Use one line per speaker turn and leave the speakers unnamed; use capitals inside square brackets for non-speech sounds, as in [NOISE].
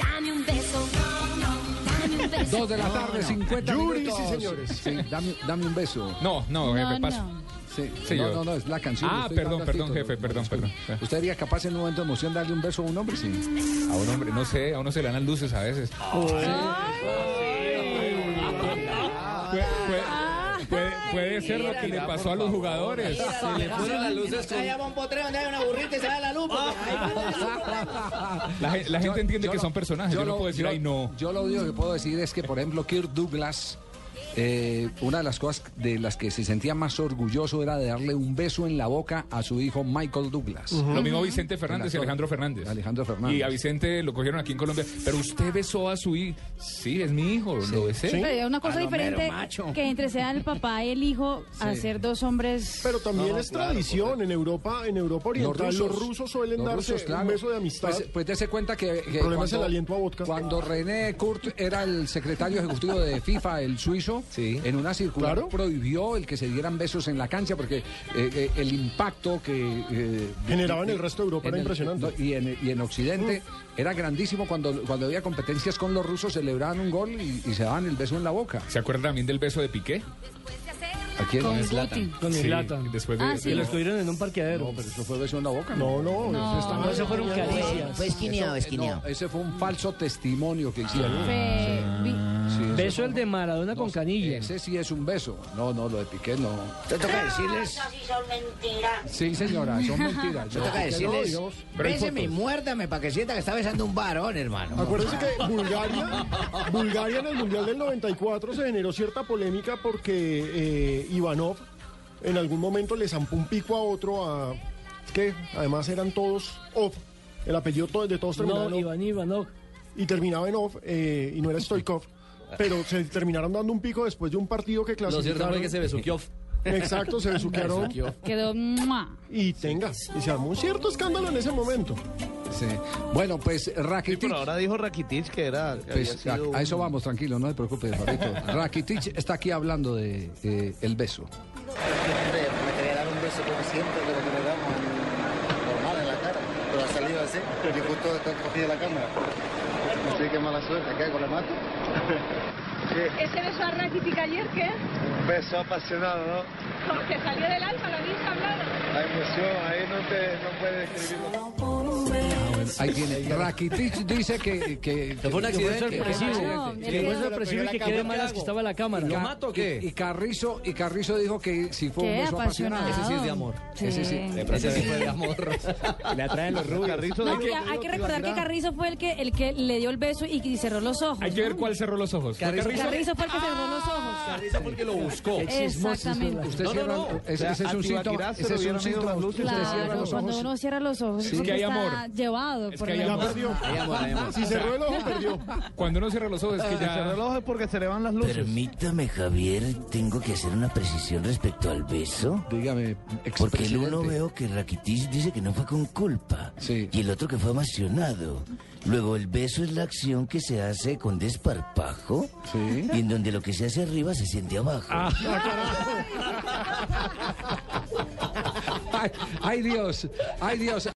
dame un beso. Dame un beso.
Dos de la tarde, 50
Yuri,
minutos.
sí, señores.
Sí, dame, dame un beso.
No, no, jefe, paso.
Sí,
Sí,
no,
yo-
no, no, es la canción.
Ah,
estoy
perdón,
dando el
perdón,
título.
jefe, perdón,
Disculpe.
perdón.
¿Usted haría capaz en un momento de emoción darle un beso a un hombre? Sí.
A
[LAUGHS]
un hombre, no sé, a uno se le dan las luces a veces. Puede, puede- puede- puede ser lo que le pasó a los jugadores.
Se le fueron las luces con...
Allá va un potrero, donde hay una burrita y se da la luz.
Ah.
porque ahí puede ser un problema.
La, gen- la gente
Yo-
entiende
yo
que
lo-
son personajes. Yo, no puedo decir,
yo-
ay, no.
Yo lo único que puedo decir es que, por ejemplo, Kirk Douglas, eh, una de las cosas de las que se sentía más orgulloso era de darle un beso en la boca a su hijo Michael Douglas.
Lo mismo Vicente Fernández y
El actor.
Alejandro Fernández.
Alejandro Fernández.
Y a Vicente lo cogieron aquí en Colombia. Pero usted besó a su hijo. Sí, es mi hijo, lo besé.
Sí.
Pero es una cosa
A lo mero
diferente
macho.
que entre sea el papá y el hijo a
Sí.
ser dos hombres.
Pero también
No,
es
claro,
tradición en Europa, en Europa Oriental, los rusos, suelen
los
darse
rusos, claro.
un beso de amistad.
Pues, pues dése cuenta que, que
problema es el aliento a vodka.
cuando René Kurt era el secretario ejecutivo de FIFA, el suizo,
Sí.
en una circular
Claro.
prohibió el que se dieran besos en la cancha porque eh, eh, el impacto que eh,
Generaba en
eh,
el resto de Europa, era impresionante.
no, y, en, y en Occidente era grandísimo cuando, cuando había competencias con los rusos, celebraban un gol y, y se daban el beso en la boca.
¿Se acuerda también del beso de Piqué?
Aquí en
con
Isla-
Guti.
Con mi
Sí,
lata.
Después de,
Ah, sí.
Que
de
lo
los-
estuvieron en un parqueadero.
No, pero eso fue beso en la boca.
No, no, eso está
No,
mal.
eso fueron caricias.
Fue esquineado,
Eh, no,
esquineado.
ese fue un falso testimonio que hicieron.
Fe- vi-
Sí, ese
Beso
fue-
el de Maradona con canilla.
Ese sí es un beso. No, no, lo de Piqué no.
Te toca decirles,
Sí, señora, [LAUGHS] son mentiras.
te toca decirles.
digamos.
Pero hay
Béseme y
fotos.
muérdame para que sienta que está besando un varón, hermano.
Acuérdense que Bulgaria, Bulgaria en el Mundial del 94 se generó cierta polémica porque eh, Ivanov en algún momento le zampó un pico a otro a... Es que además eran todos off. El apellido to- de todos terminaba en
No,
Ov,
Iván Ivanov.
y terminaba en off eh, y no era Stoikov. Pero se terminaron dando un pico después de un partido que
Lo cierto
clasificaron.
fue que se
[LAUGHS]
besuqueó.
Exacto, se besuquearon
Quedó. ¡mua!
y tenga. Y se armó un cierto escándalo en ese momento.
Sí. Bueno, pues
Sí,
Rakitic.
pero ahora dijo Rakitic que era. que había
pues, a,
sido
a eso
un-
vamos, tranquilo, no te preocupes, Fabito.
[LAUGHS]
Rakitic está aquí hablando de eh, el beso.
Me quería dar un beso como siempre, pero que le damos normal en la cara. Pero ha salido así, y justo está cogida la cámara. Así que mala suerte, ¿qué hago? ¿Le
[LAUGHS]
mato?
Ese beso a Rakitic ayer, ¿qué?
Beso apasionado, ¿no?
Porque salió del alma, lo habéis hablado.
La emoción, ahí no, te, no puedes describirlo.
Ahí tiene. Rakitic dice que. que-
Que fue un
que-
accidente
que fue un
sorpresivo.
accidente.
Sí.
Que fue
Pero
sorpresivo y que quede malas que estaba la cámara.
¿Lo mato o
Y,
qué?
y Carrizo, y Carrizo dijo que si fue un
Qué
beso apasionado.
apasionado.
Ese sí es de amor.
Ese sí.
Ese sí fue de amor.
[LAUGHS]
Le atraen los
Carrizo
No,
de-
y a- hay que recordar que Carrizo fue el que el que le dio el beso y, y cerró los ojos.
Hay que ver
¿no?
cuál cerró los ojos. ¿Fue
Carrizo-
Carrizo? Ah.
Carrizo fue el que cerró los ojos.
Carrizo porque lo buscó.
Exactamente.
Usted
No, no,
cierra-
no.
ese-
O sea,
ese es
a
un síntoma.
Tibaquirá se
Ese
lo
es un
hubieran ido
síntoma.
las luces,
Usted
se
cierra
Claro,
los ojos.
cuando uno cierra los ojos,
Sí. Es que hay
uno está
amor.
llevado
Es
por
que hay
la
Ya
amor.
perdió.
Hay amor, hay amor.
Si cerró el ojo, perdió.
Cuando uno cierra los ojos es
[LAUGHS]
que
Se
ya...
reloj es porque se le van las luces.
Permítame, Javier, tengo que hacer una precisión respecto al beso.
Dígame,
Porque el uno
[LAUGHS] expresidente.
veo que Rakitic dice que no fue con culpa.
Sí.
Y el otro que fue apasionado. Luego, el beso es la acción que se hace con desparpajo.
Sí. Ah,
Y en donde lo que se hace arriba se siente abajo.
[LAUGHS] Ay, ay Dios, ay Dios.